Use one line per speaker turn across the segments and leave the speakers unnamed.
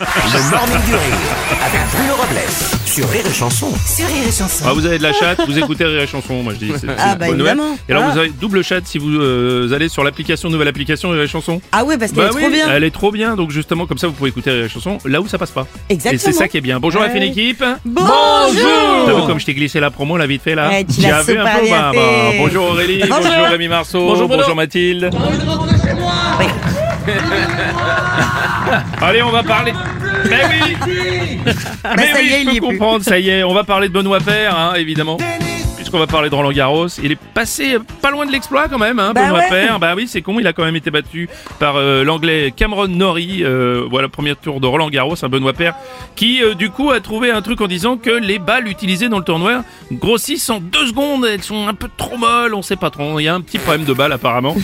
Le Morning du Rire avec Bruno Robles sur Rire et Chanson.
Sur Rire et Chanson.
Ah, vous avez de la chatte, vous écoutez Rire et Chanson, moi je dis. C'est-
Ah,
c'est
bah,
une bonne nouvelle.
évidemment.
Et alors
Ah.
vous avez double chat si vous euh, allez sur l'application, nouvelle application Rire et Chanson.
Ah ouais, parce qu'elle
Bah
est
oui,
trop bien.
elle est trop bien, donc justement comme ça vous pouvez écouter Rire et Chanson là où ça passe pas.
Exactement.
Et c'est ça qui est bien. Bonjour la fine équipe.
Bonjour
T'as vu comme je t'ai glissé la promo là vite fait là
Ouais, tu
J'ai
l'as
vu un
super
peu
bien
bah, bah.
fait.
Bonjour Aurélie, bonjour, Rémi Marceau, bonjour, Mathilde. Allez on va parler. Mais oui Mais
Bah, Ah, ça
oui,
y est,
je
il
peux
y est plus.
comprendre, ça y est, on va parler de Benoît Paire, hein, évidemment. Puisqu'on va parler de Roland Garros, il est passé euh, pas loin de l'exploit quand même, hein,
Bah
Benoît
ouais.
Paire. Bah oui, c'est con, il a quand même été battu par euh, l'anglais Cameron Norrie. euh, voilà, premier tour de Roland Garros, un Benoît Paire, qui euh, du coup a trouvé un truc en disant que les balles utilisées dans le tournoi grossissent en deux secondes, elles sont un peu trop molles, on sait pas trop, il y a un petit problème de balles apparemment.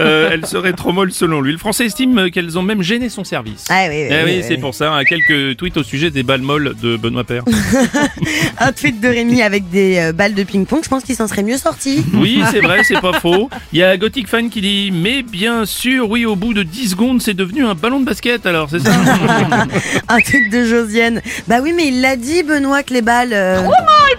Euh, elles seraient trop molles selon lui. Le français estime euh, qu'elles ont même gêné son service.
Ah oui, oui,
Eh
oui,
oui,
oui,
c'est
oui.
pour ça, hein, quelques tweets au sujet des balles molles de Benoît Père.
Un tweet de Rémi avec des euh, balles de ping-pong, je pense qu'il s'en serait mieux sorti.
Oui, c'est vrai, c'est pas faux. Il y a Gothic Fan qui dit Mais bien sûr, oui, au bout de 10 secondes, c'est devenu un ballon de basket, alors, c'est ça
Un tweet de Josiane. Bah oui, mais il l'a dit, Benoît, que les balles. Trop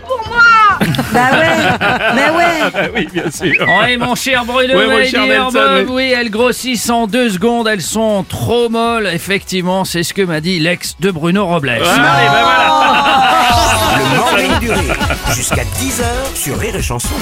pour moi Bah ouais, bah ouais.
Ah Oui, bien sûr.
Oui, mon cher Bruno,
Ouais, mon
Lady
cher Nelson,
Herbob, oui, elles grossissent en deux secondes, elles sont trop molles, effectivement, c'est ce que m'a dit l'ex de Bruno Robles.
Ah, allez, bah voilà.
Le Morning du Rire jusqu'à 10h sur Rire et Chanson.